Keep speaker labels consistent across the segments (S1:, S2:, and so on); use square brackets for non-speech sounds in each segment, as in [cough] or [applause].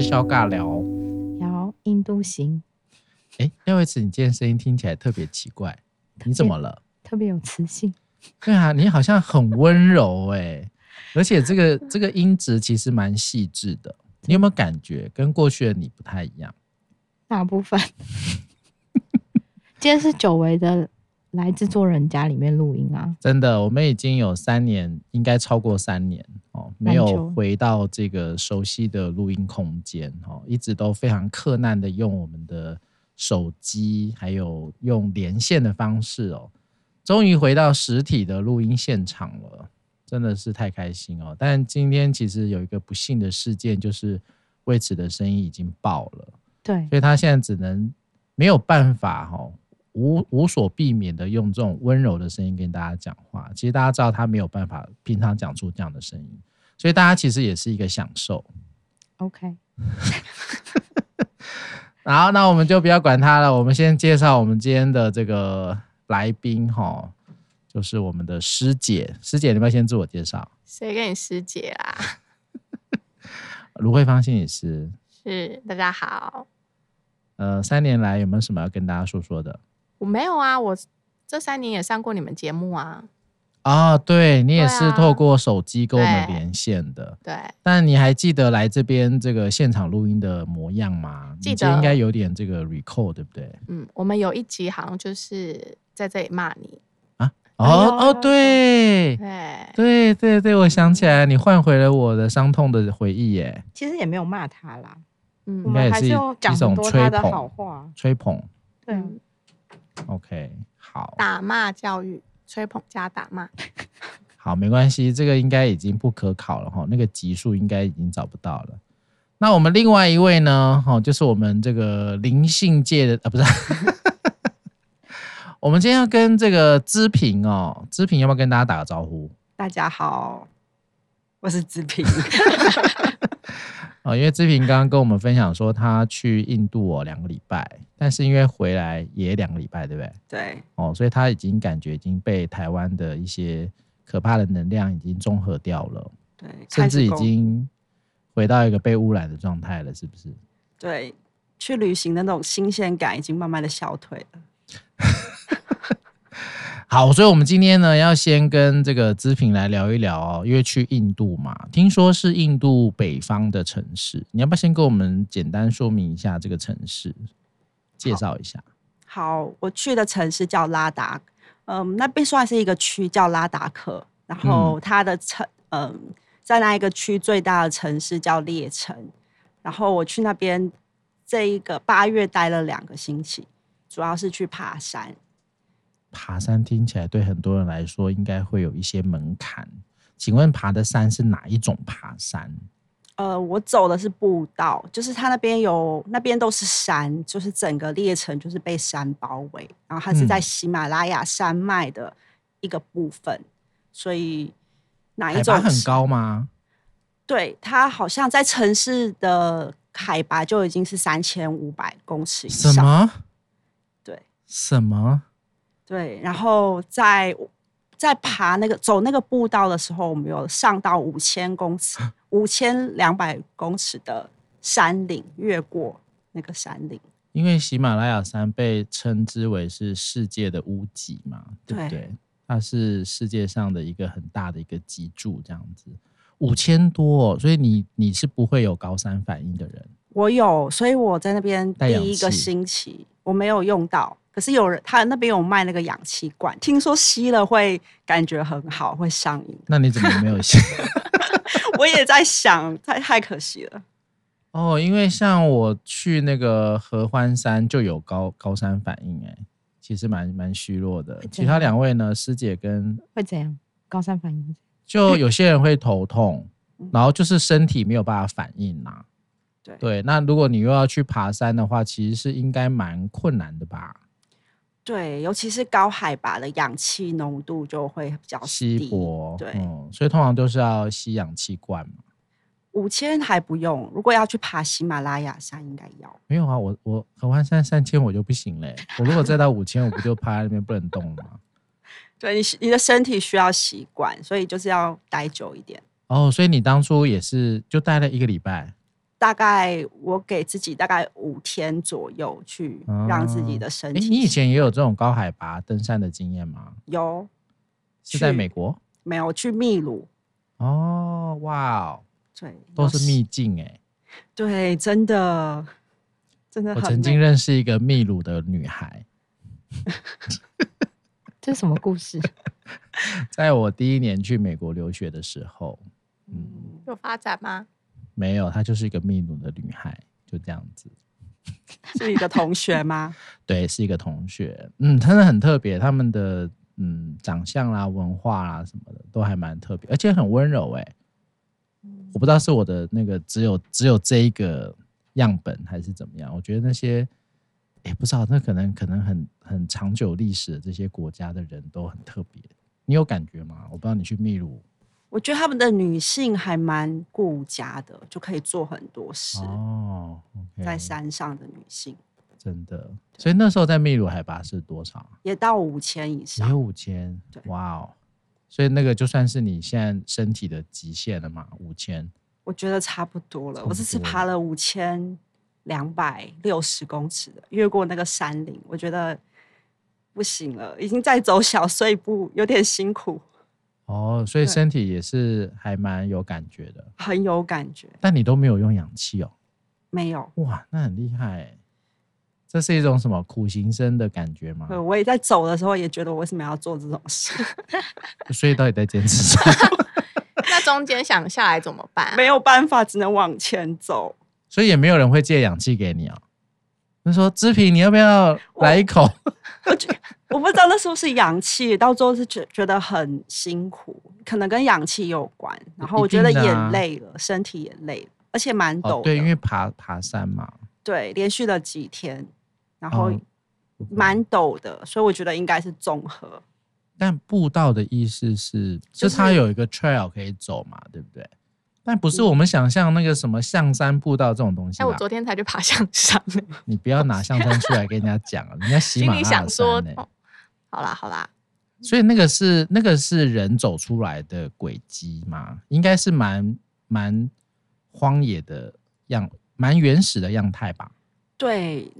S1: 小尬聊。
S2: 聊印度行，
S1: 哎，廖一慈，你今天声音听起来特别奇怪，你怎么了？
S2: 特别有磁性。
S1: [laughs] 对啊，你好像很温柔哎、而且这个这个音质其实蛮细致的。你有没有感觉跟过去的你不太一样？
S2: 大部分。 [laughs] 今天是久违的来制作人家里面录音啊，
S1: 真的，我们已经有三年，应该超过三年哦，没
S2: 蛮久
S1: 有回到这个熟悉的录音空间哦，一直都非常克难的用我们的手机，还有用连线的方式哦，终于回到实体的录音现场了，真的是太开心哦！但今天其实有一个不幸的事件，就是为此的声音已经爆了。
S2: 对，
S1: 所以他现在只能没有办法哈、无无所避免的用这种温柔的声音跟大家讲话。其实大家知道他没有办法平常讲出这样的声音，所以大家其实也是一个享受。
S2: OK，
S1: 好，那我们就不要管他了，我们先介绍我们今天的这个来宾哈、就是我们的师姐。师姐，你要不要先自我介绍？
S3: 谁跟你师姐啊？
S1: 卢慧芳心理师，
S3: 是大家好，
S1: 呃，三年来有没有什么要跟大家说说的？
S3: 我没有啊，我这三年也上过你们节目啊。
S1: 啊、对你也
S3: 对
S1: 是
S3: 啊
S1: 透过手机跟我们
S3: 对
S1: 连线的，
S3: 对，
S1: 但你还记得来这边这个现场录音的模样吗？
S3: 记
S1: 你今天应
S3: 得
S1: 该有点这个 recall，对不对？
S3: 嗯，我们有一集好像就是在这里骂你。
S1: 哦、
S2: 哎呦
S1: 哦，对
S3: 对，
S1: 对对对，我想起来，你唤回了我的伤痛的回忆耶，
S2: 其实也没有骂他啦，我
S1: 应
S3: 嗯
S1: 该
S2: 们
S1: 也
S2: 还
S1: 是一
S2: 有讲
S1: 一种
S2: 很多他的
S1: 吹捧
S2: 好话。
S1: 吹捧。
S2: 对啊，
S3: 嗯
S1: OK，好，
S3: 打骂教育，吹捧加打骂。
S1: 好，没关系，这个应该已经不可考了哈，那个级数应该已经找不到了。那我们另外一位呢，哈，就是我们这个灵性界的啊，不是， [laughs] 我们今天要跟这个知平哦，知平要不要跟大家打个招呼？
S4: 大家好，我是
S1: [laughs]
S4: 志平。
S1: 哦，因为志平刚刚跟我们分享说他去印度哦两个礼拜，但是因为回来也两个礼拜，对不对？
S4: 对，
S1: 哦，所以他已经感觉已经被台湾的一些可怕的能量已经中和掉了，
S4: 对，
S1: 甚
S4: 开始
S1: 至已
S4: 工
S1: 经回到一个被污染的状态了，是不是？
S4: 对去旅行的那种新鲜感已经慢慢的消退了。
S1: 好，所以我们今天呢要先跟这个资平来聊一聊哦，因为去印度嘛，听说是印度北方的城市，你要不要先跟我们简单说明一下这个城市，介绍一下？
S4: 好，我去的城市叫拉达，嗯，那边算是一个区叫拉达克，然后它的城，嗯，在那一个区最大的城市叫列城，然后我去那边这一个八月待了两个星期，主要是去爬山。
S1: 爬山听起来对很多人来说应该会有一些门槛。请问爬的山是哪一种爬山？
S4: 呃，我走的是步道，就是它那边有那边都是山，就是整个列城就是被山包围，然后它是在
S1: 嗯
S4: 喜马拉雅山脉的一个部分，所以哪一
S1: 海
S4: 种
S1: 拔很
S4: 是？
S1: 高吗？
S4: 对，它好像在城市的海拔就已经是三千五百公尺以
S1: 什
S4: 上。
S1: 么？
S4: 对
S1: 什么？
S4: 对，然后在在爬那个走那个步道的时候，我们有上到五千
S1: [laughs]
S4: 公尺、五千两百公尺的山岭，越过那个山岭。
S1: 因为喜马拉雅山被称之为是世界的屋脊嘛，对不
S4: 对
S1: 对？它是世界上的一个很大的一个脊柱，这样子五千多、哦，所以你你是不会有高山反应的人。
S4: 我有，所以我在那边
S1: 带
S4: 第
S1: 氧
S4: 一个
S1: 气。
S4: 星期我没有用到，可是有人他那边有卖那个氧气罐，听说吸了会感觉很好，会上瘾
S1: 那你怎么没有信？
S4: 我也在想，太太可惜了。
S1: 哦，因为像我去那个合欢山就有高高山反应、哎，其实蛮蛮虚弱的。
S2: 会这
S1: 其他
S2: 样
S1: 两位呢，师姐跟
S2: 会怎样？高山反应
S4: [laughs]
S1: 就有些人会头痛
S4: 嗯，
S1: 然后就是身体没有办法反应啦、
S4: 对
S1: 对，那如果你又要去爬山的话，其实是应该蛮困难的吧？
S4: 对，尤其是高海拔的氧气浓度就会比较
S1: 稀
S4: 低。
S1: 薄，
S4: 对
S1: 嗯，所以通常都是要吸氧气罐嘛。
S4: 五千还不用，如果要去爬喜马拉雅山，应该要。
S1: 没有啊，我我合欢山三千我就不行嘞、我如果再到五千，我不就趴在那边不能动了吗？
S4: 对你，你的身体需要习惯，所以就是要待久一点。
S1: 哦，所以你当初也是就待了一个礼拜，
S4: 大概我给自己大概五天左右去让自己的身
S1: 哎、
S4: 体。
S1: 你以前也有这种高海拔登山的经验吗？
S4: 有
S1: 是在
S4: 去
S1: 美国？
S4: 没有去秘鲁？
S1: 哦，哇哦，
S4: 对，
S1: 都
S4: 有
S1: 是
S4: 时
S1: 秘境哎、
S4: 对，真的，真的
S1: 我
S4: 很
S1: 曾经
S4: 美
S1: 认识一个秘鲁的女孩，
S2: 这是什么故
S3: [laughs]
S2: 事？
S1: 在我第一年去美国留学的时候，
S4: 嗯
S3: 有发展吗？
S1: 没有，她就是一个秘鲁的女孩，就这样子。
S4: 是你的同学吗？
S1: 对，是一个同学，嗯，真的很特别，他们的嗯长相啦、文化啦什么的都还蛮特别，而且很温柔哎、
S4: 嗯
S1: 我不知道是我的那个只有只有这一个样本还是怎么样，我觉得那些也、不知道，那可能可能很很长久历史的这些国家的人都很特别，你有感觉吗？我不知道你去秘鲁
S4: [laughs] 我觉得他们的女性还蛮顾家的，就可以做很多事。
S1: 哦，OK，
S4: 在山上的女性
S1: 真的，所以那时候在秘鲁海拔是多少啊？
S4: 也到五千以
S1: 只有
S4: 上，
S1: 五千
S4: 对，
S1: 哇哦！所以那个就算是你现在身体的极限了嘛，五千，
S4: 我觉得差不多了。
S1: 差
S4: 我
S1: 不
S4: 这次
S1: 多
S4: 爬了五千两百六十公尺的，越过那个山岭，我觉得不行了，已经在走小碎步，有点辛苦，
S1: 哦，所以
S4: 对
S1: 身体也是还蛮有感觉的。
S4: 很有感觉。
S1: 但你都没有用氧气哦，
S4: 没有，
S1: 哇，那很厉害欸。这是一种什么苦行僧的感觉吗？
S4: 对我也在走的时候也觉得我为什么要做这种事？
S1: [laughs] 所以到底在坚持什么？ [laughs]
S3: 那中间想下来怎么办啊、
S4: 没有办法，只能往前走。
S1: 所以也没有人会借氧气给你哦。他说：“志平，你要不要来一口？
S4: 我觉我不知道那是不是氧气，到最后是觉觉得很辛苦，可能跟氧气有关。然后
S1: 一
S4: 我觉得
S1: 定的啊
S4: 眼累了，身体也累了，而且蛮陡的、
S1: 哦，对，因为爬爬山嘛，
S4: 对连续了几天，然后
S1: 嗯
S4: 蛮陡的，所以我觉得应该是综合。
S1: 但步道的意思是，
S4: 就是
S1: 是它有一个 trail 可以走嘛，对不对？但不是我们想象那个什么象山步道这种东西
S3: 哎，我
S1: 啦。
S3: 昨天才去爬象山呢、
S1: 你不要拿象山出来跟人家讲啊，人家喜
S3: 心
S1: 马拉
S3: 里
S1: 雅
S3: 想说
S1: 山、欸，，
S3: 哦，好啦好啦，
S1: 所以那个是那个是人走出来的轨迹嘛，应该是蛮蛮荒野的样，蛮原始的样态吧。
S4: 对，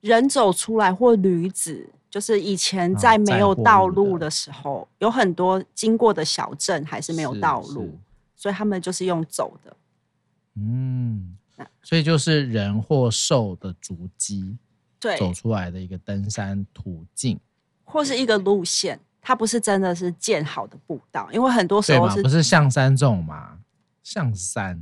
S4: 人走出来或驴子，就是以前
S1: 啊
S4: 在没
S1: 载
S4: 有
S1: 货
S4: 道
S1: 物的
S4: 路的时候，有很多经过的小镇还是没有道
S1: 是
S4: 路，所以他们就是用走的。
S1: 嗯，所以就是人或兽的足迹
S4: 对，
S1: 走出来的一个登山途径。
S4: 或是一个路线，它不是真的是建好的步道，因为很多时
S1: 对
S4: 候
S1: 嘛？
S4: 是
S1: 不是象山这种嘛？象山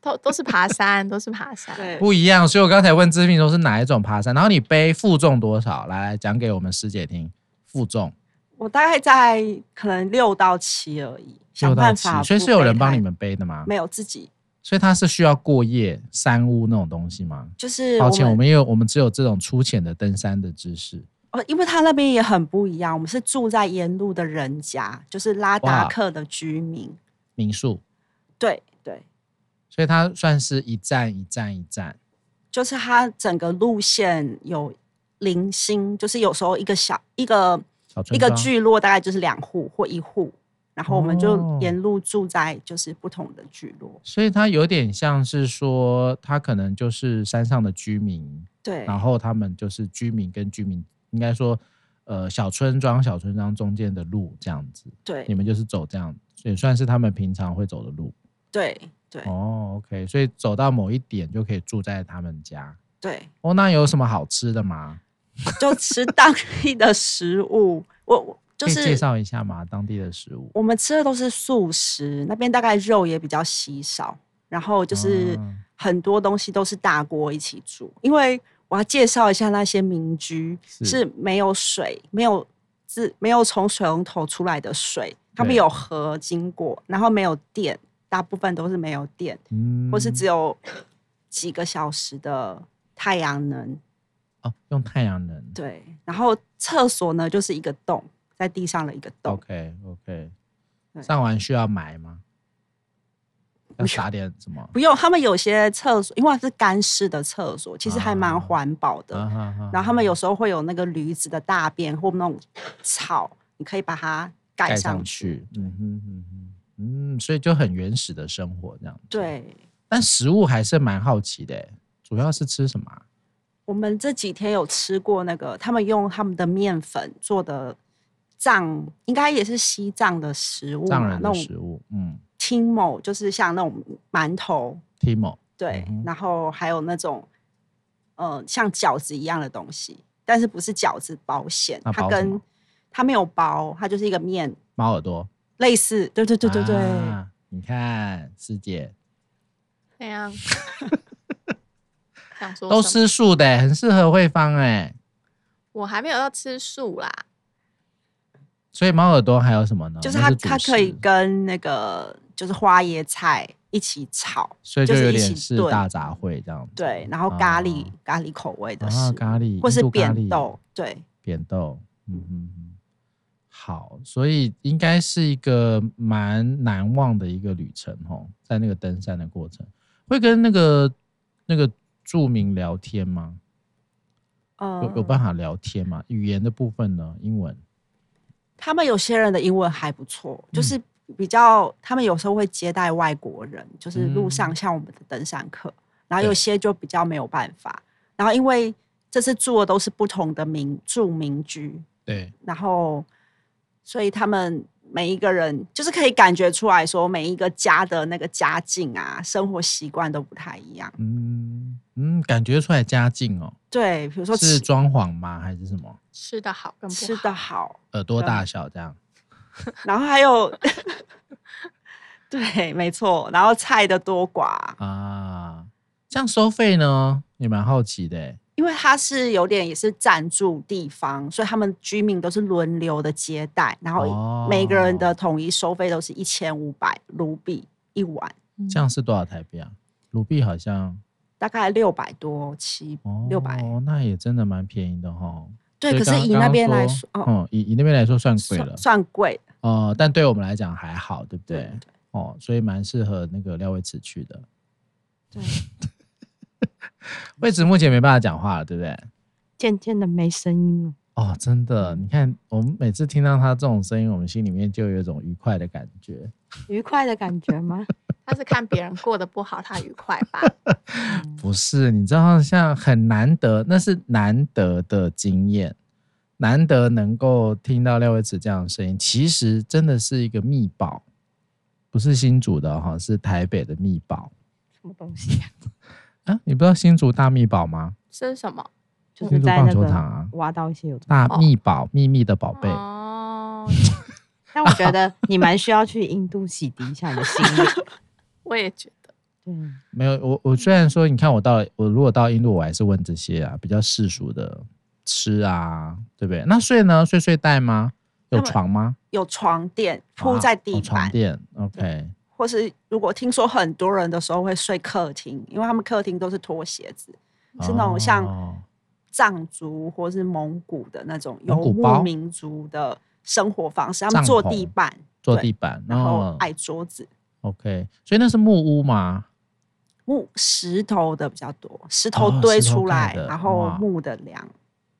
S3: 都都是爬山，都是爬山。
S4: 对
S1: 不一样，所以我刚才问知命说是哪一种爬山，然后你背负重多少？来来讲给我们师姐听，负重
S4: 我大概在可能六到七而已，想
S1: 六到
S4: 办
S1: 七
S4: 法，。
S1: 所以是有人帮你
S4: 们？
S1: 们背的吗
S4: 没？有自己，
S1: 所以它是需要过夜山屋那种东西吗？
S4: 就是
S1: 抱歉，我
S4: 们
S1: 们也有我们只有这种粗浅的登山的知识。
S4: 哦，因为他那边也很不一样，我们是住在沿路的人家，就是拉达
S1: 哇
S4: 克的居民，
S1: 民宿，
S4: 对对，
S1: 所以它算是一站一站一站。
S4: 就是它整个路线有零星，就是有时候一个小一个
S1: 小村
S4: 一个
S1: 庄
S4: 聚落大概就是两户或一户，然后我们就
S1: 哦
S4: 沿路住在就是不同的聚落，
S1: 所以它有点像是说，它可能就是山上的居民，
S4: 对，
S1: 然后他们就是居民跟居民，应该说，呃，小村庄、小村庄中间的路这样子，
S4: 对
S1: 你们就是走这样，也算是他们平常会走的路。
S4: 对对
S1: 哦，OK，所以走到某一点就可以住在他们家。
S4: 对，
S1: 哦，那有什么好吃的吗？
S4: 就吃当地的食物。我我就
S1: 可以介
S4: 是
S1: 绍一下吗？当地的食物？
S4: 我们吃的都是素食，那边大概肉也比较稀少，然后就是
S1: 嗯
S4: 很多东西都是大锅一起煮。因为我要介绍一下那些民居
S1: 是
S4: 是没有水，没有自没有从水龙头出来的水，他们
S1: 对
S4: 有河经过，然后没有电，大部分都是没有电，
S1: 嗯
S4: 或是只有几个小时的太阳能。
S1: 哦，用太阳能。
S4: 对，然后厕所呢就是一个洞，在地上的一个洞，
S1: OK OK，
S4: 对
S1: 上完需要买吗？要
S4: 不需要
S1: 撒点什么？
S4: 不用他们有些厕所，因为它是干式的厕所，其实还蛮
S1: 啊
S4: 环保的。
S1: 啊哈哈
S4: 然后他们有时候会有那个驴子的大便或那种草，你可以把它盖
S1: 盖
S4: 上
S1: 上去，嗯哼嗯哼，嗯，所以就很原始的生活这样子。
S4: 对，
S1: 但食物还是蛮好奇的欸，主要是吃什么啊、
S4: 我们这几天有吃过那个，他们用他们的面粉做的藏，应该也是西藏的食物
S1: 藏
S4: 嘛
S1: 人
S4: 那
S1: 的
S4: 种
S1: 食物，嗯
S4: timo，就是像那种馒头，
S1: ，Timo，
S4: 对，
S1: 嗯哼
S4: 然后还有那种呃像饺子一样的东西，但是不是饺子包馅，
S1: 那
S4: 它
S1: 包什
S4: 跟
S1: 么
S4: 它没有包，它就是一个面，
S1: 猫耳朵，
S4: 类似，对对对对对，
S1: 啊你看师姐 [laughs]
S3: 那样。啊想说
S1: 都
S3: 什么，
S1: 吃素的欸，很适合慧芳哎。
S3: 我还没有到吃素啦，
S1: 所以猫耳朵还有什么呢？
S4: 就是
S1: 那
S4: 它
S1: 主
S4: 它可以
S1: 食
S4: 跟那个就是花椰菜一起炒，
S1: 所以就
S4: 就是
S1: 有
S4: 一
S1: 点
S4: 起
S1: 是
S4: 炖
S1: 大杂烩这样子。
S4: 对，然后咖喱、
S1: 哦
S4: 咖喱口味的
S1: 啊
S4: 食物，
S1: 咖喱
S4: 或
S1: 印
S4: 是
S1: 度咖喱
S4: 扁豆，对，
S1: 扁豆，嗯哼哼，好，所以应该是一个蛮难忘的一个旅程哦，在那个登山的过程，会跟那个那个著名聊天吗？
S4: 呃
S1: 有有办法聊天吗？语言的部分呢？英文
S4: 他们有些人的英文还不错，
S1: 嗯
S4: 就是比较，他们有时候会接待外国人，就是路
S1: 嗯
S4: 上像我们的登山客，然后有
S1: 对
S4: 些就比较没有办法。然后因为这次住的都是不同的民住民居，
S1: 对，
S4: 然后所以他们每一个人就是可以感觉出来说，每一个家的那个家境啊，生活习惯都不太一样。
S1: 嗯嗯，感觉出来家境哦，
S4: 对，比如说
S1: 是
S4: 吃
S1: 装潢吗？还是什么？
S3: 吃的好跟不好。
S4: 吃的好，
S1: 耳朵
S4: 对啊
S1: 大小这样？
S4: 然后还有 [laughs] 对，没错，然后菜的多寡。
S1: 啊，这样收费呢，也蛮好奇的欸。
S4: 因为它是有点也是暂住地方，所以他们居民都是轮流的接待，然后每个人的
S1: 哦
S4: 统一收费都是一千五百卢比一晚，
S1: 这样是多少台币啊？卢币好像
S4: 大概六百多七
S1: 哦，
S4: 六百。
S1: 哦，那也真的蛮便宜的哈。
S4: 对，可
S1: 所
S4: 是
S1: 刚
S4: 以那
S1: 刚
S4: 边来
S1: 说
S4: 说，，哦，
S1: 嗯，以以那边来说算贵了
S4: 算，算贵，
S1: 哦，但对我们来讲还好，对不
S4: 对
S1: 对？哦，所以蛮适合那个廖伟慈去的。 [laughs]
S4: 对，
S1: 魏慈目前没办法讲话了，对不对？
S2: 渐渐的没声音了。
S1: 哦，真的，
S4: 嗯
S1: 你看，我们每次听到他这种声音，我们心里面就有一种愉快的感觉。
S2: 愉快的感觉
S3: [laughs]
S2: 吗？
S3: 他是看别人过得不好，他愉快
S1: [laughs]
S3: 吧？
S1: 不是，你知道，像很难得，那是难得的经验，难得能够听到廖伟慈这样的声音，其实真的是一个密宝，不是新竹的哈，是台北的密宝
S2: 什么东西、啊？
S1: 啊！你不知道新竹大密宝吗？
S3: 这是什么？
S2: 就
S1: 印
S2: 是
S1: 度
S2: 在
S1: 棒
S2: 那
S1: 球场啊
S2: 个挖到一些有的。
S1: 大密宝，秘密的宝贝。
S3: 哦，
S2: 但我觉得你蛮需要去印度洗涤一下你的心灵。
S3: 我也觉得
S2: 对，
S1: 没有，我我虽然说，你看我到我如果到印度，我还是问这些啊，比较世俗的吃啊，对不对？那睡呢？睡睡袋吗？有
S4: 他们
S1: 床吗？
S4: 有床垫
S1: 啊
S4: 铺在
S1: 有
S4: 地
S1: 床
S4: 板，
S1: 垫，OK。
S4: 或是如果听说很多人的时候会睡客厅，因为他们客厅都是脱鞋子，是那种像
S1: 哦
S4: 藏族或是蒙古的那种游
S1: 蒙古包
S4: 牧民族的生活方式，他
S1: 帐
S4: 们坐地
S1: 篷
S4: 板，
S1: 坐
S4: 对
S1: 地板，
S4: 然后
S1: 哦
S4: 矮桌子，
S1: OK，所以那是木屋嘛？
S4: 木石头的比较多，石
S1: 哦
S4: 头
S1: 石
S4: 堆
S1: 头
S4: 出
S1: 盖
S4: 来，
S1: 的
S4: 然后
S1: 哇
S4: 木的梁，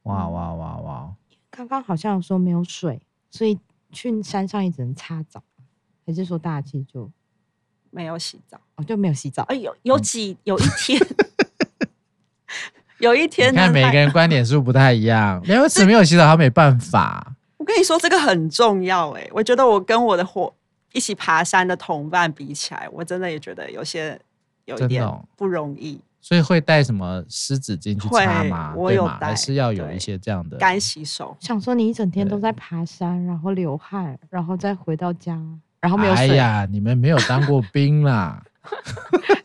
S1: 哇
S2: 嗯
S1: 哇哇哇！
S2: 刚刚好像有说没有水，所以去山上也只能擦澡，还是说大家其实就
S4: 没有洗澡。
S2: 哦就没有洗澡
S4: 哎、？有
S1: 嗯
S4: 有几有一天， [laughs] 有一天
S1: 你
S4: 呢
S1: 看，每
S4: 他
S1: 个人观点是不是不太一样？梁伟慈没有洗澡，他没办法。
S4: 我跟你说这个很重要哎、我觉得我跟我的伙一起爬山的同伴比起来，我真的也觉得有些有
S1: 真的
S4: 一点
S1: 哦
S4: 不容易，
S1: 所以会带什么湿纸巾去擦
S4: 会
S1: 吗？
S4: 我
S1: 对
S4: 有
S1: 吗？还
S4: 带
S1: 是要有一
S4: 对
S1: 些这样的
S4: 干洗手。
S2: 想说你一整天都
S1: 对
S2: 在爬山，然后流汗，然后再回到家，然后没有
S1: 哎
S2: 水，
S1: 呀，你们没有当过兵啦！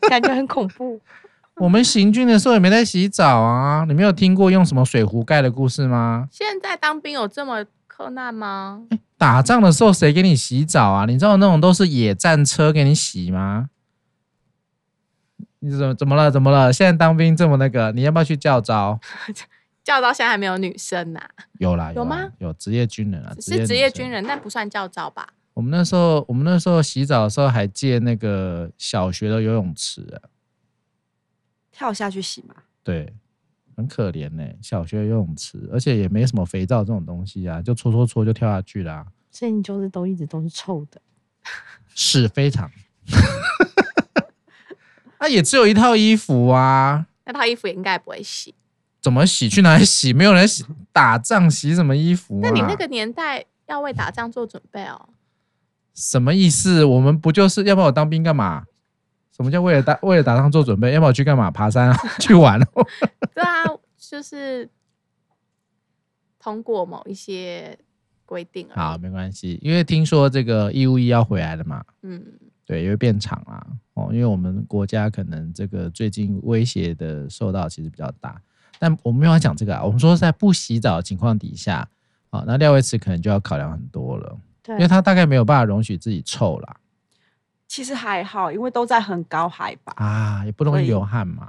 S2: 感觉很恐怖。
S1: 我们行军的时候也没在洗澡啊！你没有听过用什么水壶盖的故事吗？
S3: 现在当兵有这么困难吗？
S1: 打仗的时候谁给你洗澡啊？你知道那种都是野战车给你洗吗？你怎么怎么了？怎么了？现在当兵这么那个，你要不要去教招？
S3: 教招现在还没有女生呐、
S1: 有啦，
S3: 有
S1: 啦
S3: 吗？
S1: 有职业军人啊，
S3: 只是职业
S1: 女生
S3: 军。人，但不算教招吧？
S1: 我们那时候，我们那时候洗澡的时候还借那个小学的游泳池、啊，
S4: 跳下去洗嘛，
S1: 对，很可怜呢、小学游泳池，而且也没什么肥皂这种东西啊，就搓搓搓就跳下去啦、
S2: 所以你就是都
S1: [laughs]
S2: 一直都是臭的，
S1: 是非常。那啊也只有一套衣服啊，
S3: 那套衣服也应该也不会洗。
S1: 怎么洗？去哪里洗？没有人洗，打仗洗什么衣服、啊？
S3: 那你那个年代要为打仗做准备哦。
S1: 什么意思？我们不就是要不然我当兵干嘛？什么叫为了打为了打仗做准备？要不然我去干嘛？爬山、啊、 [laughs] 去玩、哦？
S3: 对啊， [laughs] 就是通过某一些规定
S1: 好，
S3: 啊。
S1: 没关系，因为听说这个义务役要回来了嘛，
S3: 嗯，
S1: 对，也会变长啦。哦，因为我们国家可能这个最近威胁的受到其实比较大，但我们没有要讲这个啊。我们说在不洗澡的情况底下，啊、那廖维慈可能就要考量很多了，因为
S2: 对，啊
S1: 他大概没有办法容许自己臭啦，
S4: 其实还好，因为都在很高海拔，
S1: 啊，也不容易
S4: 所以
S1: 流汗嘛。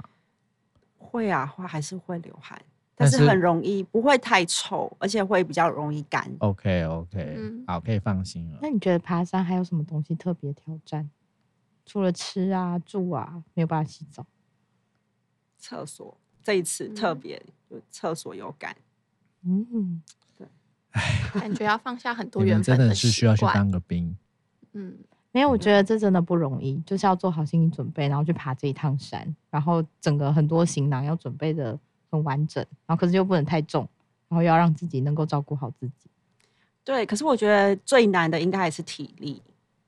S4: 会啊，会还是会流汗，
S1: 但
S4: 但
S1: 是
S4: 是很容易不会太臭，而且会比较容易干。
S1: OK OK，、
S3: 嗯
S1: 好，可以放心了。
S2: 那你觉得爬山还有什么东西特别挑战？除了吃啊、住啊，没有办法洗澡，
S4: 厕所这一次特
S3: 嗯
S4: 别，就厕所有感。
S2: 嗯，
S3: 感觉要放下很多
S1: 你
S3: 缘
S1: 们真
S3: 分
S1: 的是
S3: 习
S1: 需要去
S3: 惯
S1: 当个兵，
S3: 嗯，
S2: 没有，我觉得这真的不容易，就是要做好心理准备，然后去爬这一趟山，然后整个很多行囊要准备的很完整，然后可是又不能太重，然后又要让自己能够照顾好自己。
S4: 对，可是我觉得最难的应该还是体力，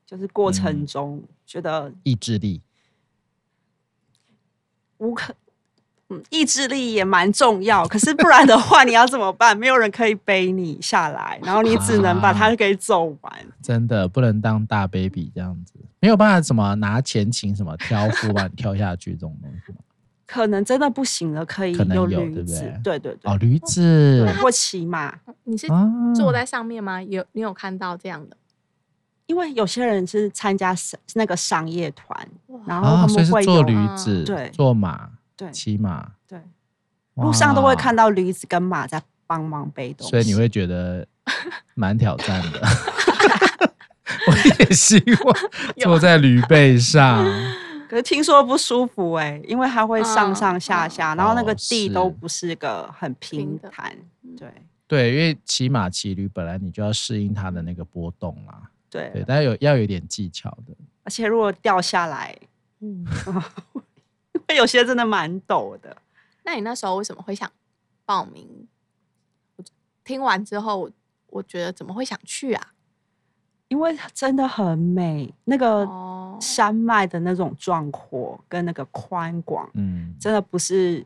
S4: 就是过
S1: 嗯
S4: 程中觉得
S1: 意志力。
S4: 无可，嗯，意志力也蛮重要。可是不然的话，你要怎么办？ [laughs] 没有人可以背你下来，然后你只能把
S1: 啊
S4: 它给走完。
S1: 真的不能当大 baby 这样子，没有办法什么拿钱请什么挑夫把你挑下去这种东西吗。
S4: 可能真的不行了，可以
S1: 可能
S4: 用
S1: 有对
S4: 驴
S1: 不
S4: 子，对对对，
S1: 哦，驴子
S4: 对或骑马，
S3: 你是
S1: 啊，
S3: 坐在上面吗？有你有看到这样的？
S4: 因为有些人是参加商那个商业团，
S3: 哇，
S4: 然后
S1: 啊，
S4: 他
S1: 所以
S4: 们
S1: 是
S4: 会
S1: 坐
S4: 有
S1: 驴
S3: 嗯
S1: 子，
S4: 对
S1: 坐马，
S4: 对
S1: 骑马，
S4: 对，路上都会看
S1: 到，
S4: 到驴子跟马在帮忙背东西，
S1: 所以你会觉
S4: [laughs]
S1: 得蛮挑战的。 [laughs] 我也希望
S3: 有
S1: 坐在驴背上，
S4: 可是听说不舒服哎、因为它会上
S3: 嗯
S4: 上下
S3: 嗯
S4: 下，然后那
S1: 哦
S4: 个地
S1: 是
S4: 都不是个很平
S3: 平的
S4: 坦，
S3: 嗯
S4: 对
S1: 对，因为骑马骑驴本来你就要适应它的那个波动啦，
S4: 对啊
S1: 对，但有要有点技巧的。
S4: 而且如果掉下来，
S2: 嗯，
S4: 因为有些真的蛮陡的。
S3: 那你那时候为什么会想报名？我听完之后，我我觉得怎么会想去啊？
S4: 因为真的很美，那个
S3: 哦，
S4: 山脉的那种壮阔跟那个宽广，
S1: 嗯，
S4: 真的不是，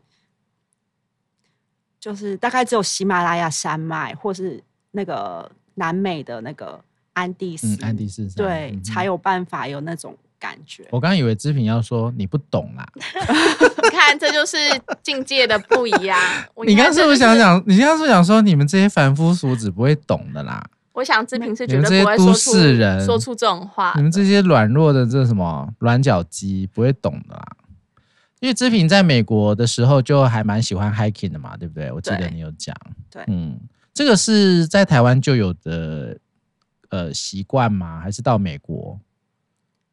S4: 就是大概只有喜马拉雅山脉或是那个南美的那个安第斯，
S1: 嗯，安迪斯山
S4: 对、
S1: 嗯哼
S4: 才有办法有那种感觉。
S1: 我刚以为织品要说你不懂啦，
S3: 你看，这就是境界的不一样。我
S1: 你刚刚
S3: 看
S1: 是
S3: 这
S1: 不是
S3: 就
S1: 想？讲？你刚刚是不是想说你们这些凡夫俗子不会懂的啦？
S3: 我想志平是
S1: 你
S3: 绝
S1: 们这
S3: 对
S1: 些
S3: 不会
S1: 都
S3: 说
S1: 市
S3: 出
S1: 人
S3: 说出这种话
S1: 你。们这些软弱的这什么软脚鸡不会懂的啦。因为织品在美国的时候就还蛮喜欢 hiking 的嘛，对不对？我记得
S4: 对
S1: 你有讲，
S4: 对
S1: 嗯，这个是在台湾就有的呃习惯吗？还是到美国？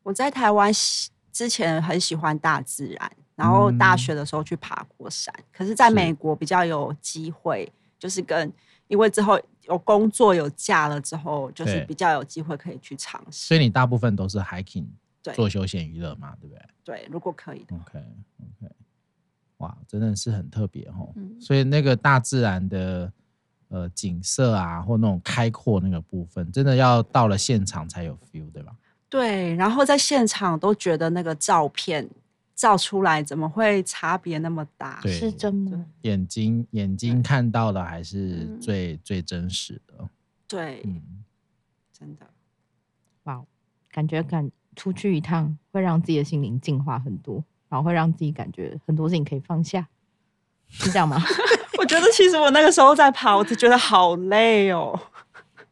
S4: 我在台湾喜之前很喜欢大自然，然后大
S1: 嗯
S4: 学的时候去爬过山，可是在
S1: 是
S4: 美国比较有机会，就是跟因为之后有工作有假了之后，就是
S1: 对
S4: 比较有机会可以去尝试。
S1: 所以你大部分都是 hiking
S4: 对
S1: 做休闲娱乐嘛，对不对？
S4: 对，如果可以的话，
S1: OK OK，哇，真的是很特别哦。
S3: 嗯
S1: 所以那个大自然的呃景色啊，或那种开阔那个部分，真的要到了现场才有 feel，对吧？
S4: 对，然后在现场都觉得那个照片照出来怎么会差别那么大？
S1: 对
S2: 是真的，
S1: 眼睛眼睛看到的还是
S3: 嗯
S1: 最、最真实的。
S4: 对，
S1: 嗯，
S4: 真的 [laughs]
S2: 哇，感觉感出去一趟会让自己的心灵净化很多，然后会让自己感觉很多事情可以放下，是这样吗？ [laughs]
S4: 我觉得其实我那个时候在爬，我就觉得好累哦。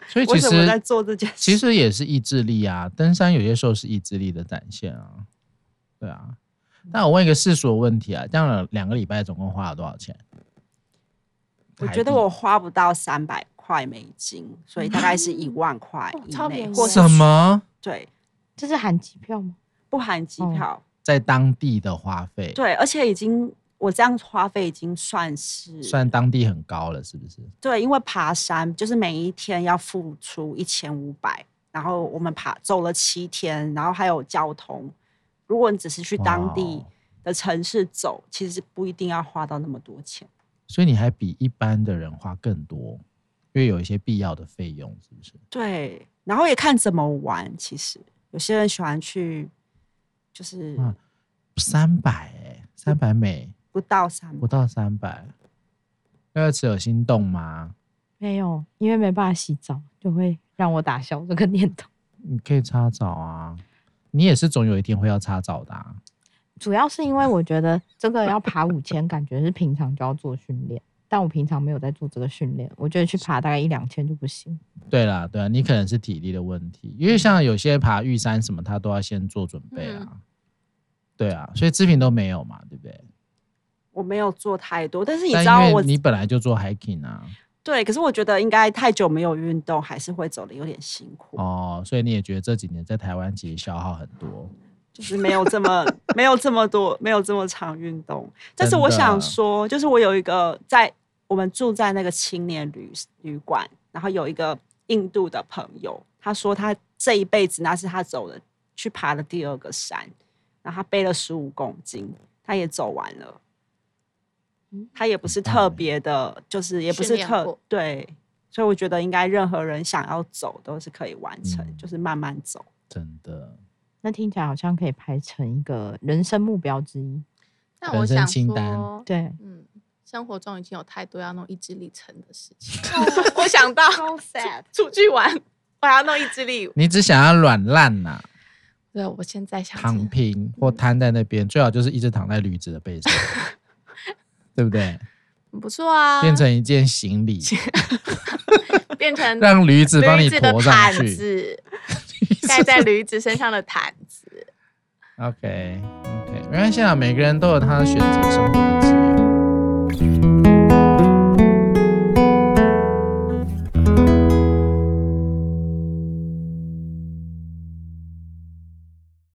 S1: 所以其
S4: 为什么在
S1: 实
S4: 做这件事？
S1: 其实也是意志力啊，登山有些时候是意志力的展现啊。对啊，那我问一个世俗的问题啊，这样两个礼拜总共花了多少钱？
S4: 我
S1: 台
S4: 觉得
S1: 币
S4: 我花不到三百块美金，所以大概是一万块
S3: 嗯哦
S4: 以
S3: 超
S4: 内，
S3: 便宜
S4: 或
S3: 耶
S4: 是
S1: 什么
S4: 对
S2: 这是含机票吗？
S4: 不含机
S2: 哦
S4: 票，
S1: 在当地的花费？
S4: 对，而且已经我这样花费已经算是
S1: 算当地很高了，是不是？
S4: 对，因为爬山就是每一天要付出一千五百，然后我们爬走了七天，然后还有交通。如果你只是去当
S1: 哇
S4: 地
S1: 哦
S4: 的城市走，其实不一定要花到那么多钱。
S1: 所以你还比一般的人花更多，因为有一些必要的费用，是不是？
S4: 对，然后也看怎么玩。其实有些人喜欢去，就是
S1: 啊三百哎，三百美
S4: 不到三
S1: 不到三百，那个池有心动吗？
S2: 没有，因为没办法洗澡，就会让我打消这个念头。
S1: 你可以擦澡啊，你也是总有一天会要擦澡的、啊。
S2: 主要是因为我觉得这个要爬五千，感觉是平常就要做训练，但我平常没有在做这个训练，我觉得去爬大概一两千就不行。
S1: 对啦，对啊，你可能是体力的问题，因为像有些爬玉山什么，他都要先做准备啊。
S4: 嗯
S1: 对啊，所以志平都没有嘛，对不对？
S4: 我没有做太多，但是你
S1: 但
S4: 知道
S1: 因
S4: 我
S1: 为你本来就做 hiking 啊，
S4: 对，可是我觉得应该太久没有运动，还是会走的有点辛苦，
S1: 哦，所以你也觉得这几年在台湾其实消耗很多。
S4: 就是没有这么没有这么多，没有这么常运动。但是
S1: 真
S4: 我
S1: 的
S4: 想说，就是我有一个在我们住在那个青年旅旅馆，然后有一个印度的朋友，他说他这一辈子那是他走的去爬的第二个山，然后他背了十五公斤，他也走完了
S2: 嗯。
S4: 他也不是
S1: 很棒
S4: 特
S1: 欸
S4: 别的，就是也不
S3: 训
S4: 是
S3: 练
S4: 特
S3: 过
S4: 对，所以我觉得应该任何人想要走都是可以完成，
S1: 嗯
S4: 就是慢慢走。
S1: 真的，
S2: 那听起来好像可以排成一个人生目标之一。
S3: 那
S1: 人
S3: 我
S1: 生
S3: 想
S1: 清单
S3: 说，
S2: 对，
S3: 嗯，生活中已经有太多要弄意志力撑的事情。 [laughs] 我我想到
S2: sad。
S3: 出去玩，我还要弄意志力。
S1: 你只想要软烂呐、
S3: 对，我现在想
S1: 躺
S3: 着
S1: 平或瘫在那边，最好就是一直躺在驴子的
S3: [laughs]
S1: 背上，对不对？
S3: 很不错啊，
S1: 变成一件行李，
S3: 变成
S1: 让驴子帮你
S3: 驴子的
S1: 驮上
S3: 毯
S1: 去。 [laughs]
S3: 子，盖在驴子身上的毯子。
S1: OK OK，没关系啊，每个人都有他选择生活的自由。